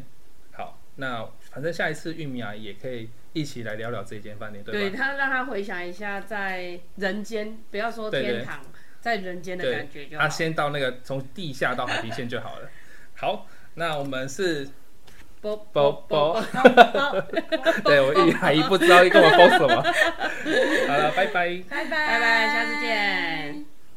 Speaker 1: 好，那反正下一次玉米啊也可以一起来聊聊这间饭店，对
Speaker 2: 对
Speaker 1: 吧？
Speaker 2: 他让他回想一下在人间，不要说
Speaker 1: 对对
Speaker 2: 天堂，在人间的
Speaker 1: 对
Speaker 2: 感觉就好
Speaker 1: 他。先到那个从地下到海平线就好了。好，那我们是
Speaker 2: 啵
Speaker 1: 包包， [LAUGHS]
Speaker 2: [LAUGHS]
Speaker 1: 对我一还一不知道跟我包什么。好了，拜拜。
Speaker 3: 拜拜，
Speaker 2: 拜拜，下次见。。